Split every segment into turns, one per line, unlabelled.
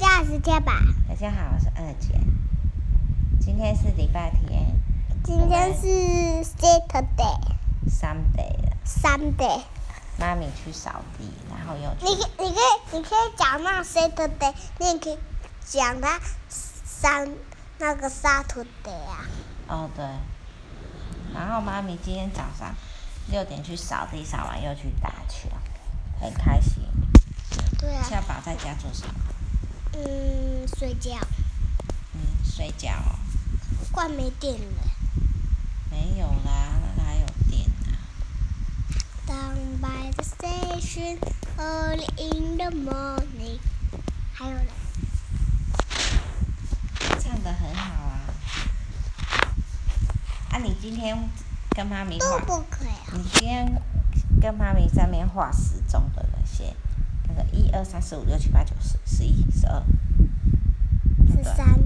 家好，是天吧。
大家好，我是二姐。今天是礼拜天
今天是 Saturday
，Sunday 了。
Sunday。
妈咪去扫地，然后又
你
去
可你可以你可以讲那 Saturday，你也可以讲它三那个 Saturday 啊。
哦对，然后妈咪今天早上六点去扫地，扫完又去打球，很开心。
对啊。
下宝在家做什么？
嗯，睡觉，
嗯，睡觉哦、
快没电了。
没有啦，那哪有电啊？
Down by the station early in the morning。还有呢？
唱的很好啊。啊，你今天跟妈咪
都
画，
不可以啊。
你今天跟妈咪在面画时钟的那些，那个一二三四五六七八九十十一十二，
十
对
三。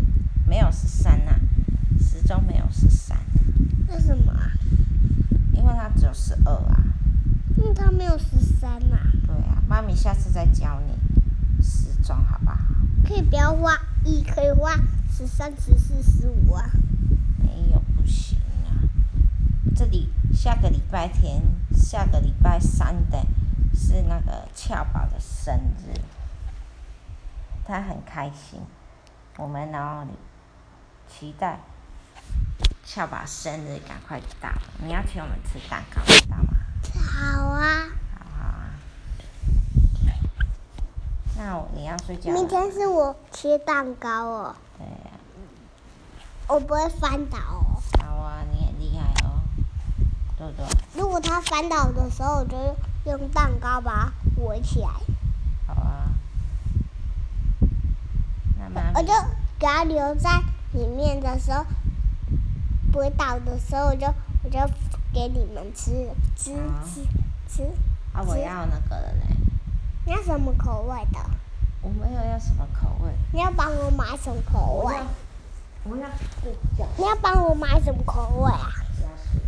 没有十三呐，时钟没有十三，
为什么啊？
因为它只有十二啊。
因为它没有十三呐。
对啊，妈咪下次再教你时钟好不好？
可以不要画一，可以画十三、十四、十五啊。
没有不行啊。这里下个礼拜天，下个礼拜三的是那个俏宝的生日，他很开心。我们然后期待俏宝生日赶快到。啊你要请我们吃蛋糕，知道吗？
好啊，
好不好啊。那我你要睡觉了。
明天是我切蛋糕哦，
对呀、
我不会翻倒哦。
好啊，你很厉害哦，对不对？
如果它翻倒的时候，我就用蛋糕把它围起来，
好啊。那妈
我
咪
就给它留在里面的时候，不会倒的时候，我就我就给你们吃吃
好
吃吃。
啊，我要那个了嘞。
你要什么口味的？
我没有要什么口味。
你要帮我买什么口
我
味
要？，我要这个
你要帮我买什么口味啊？
加水。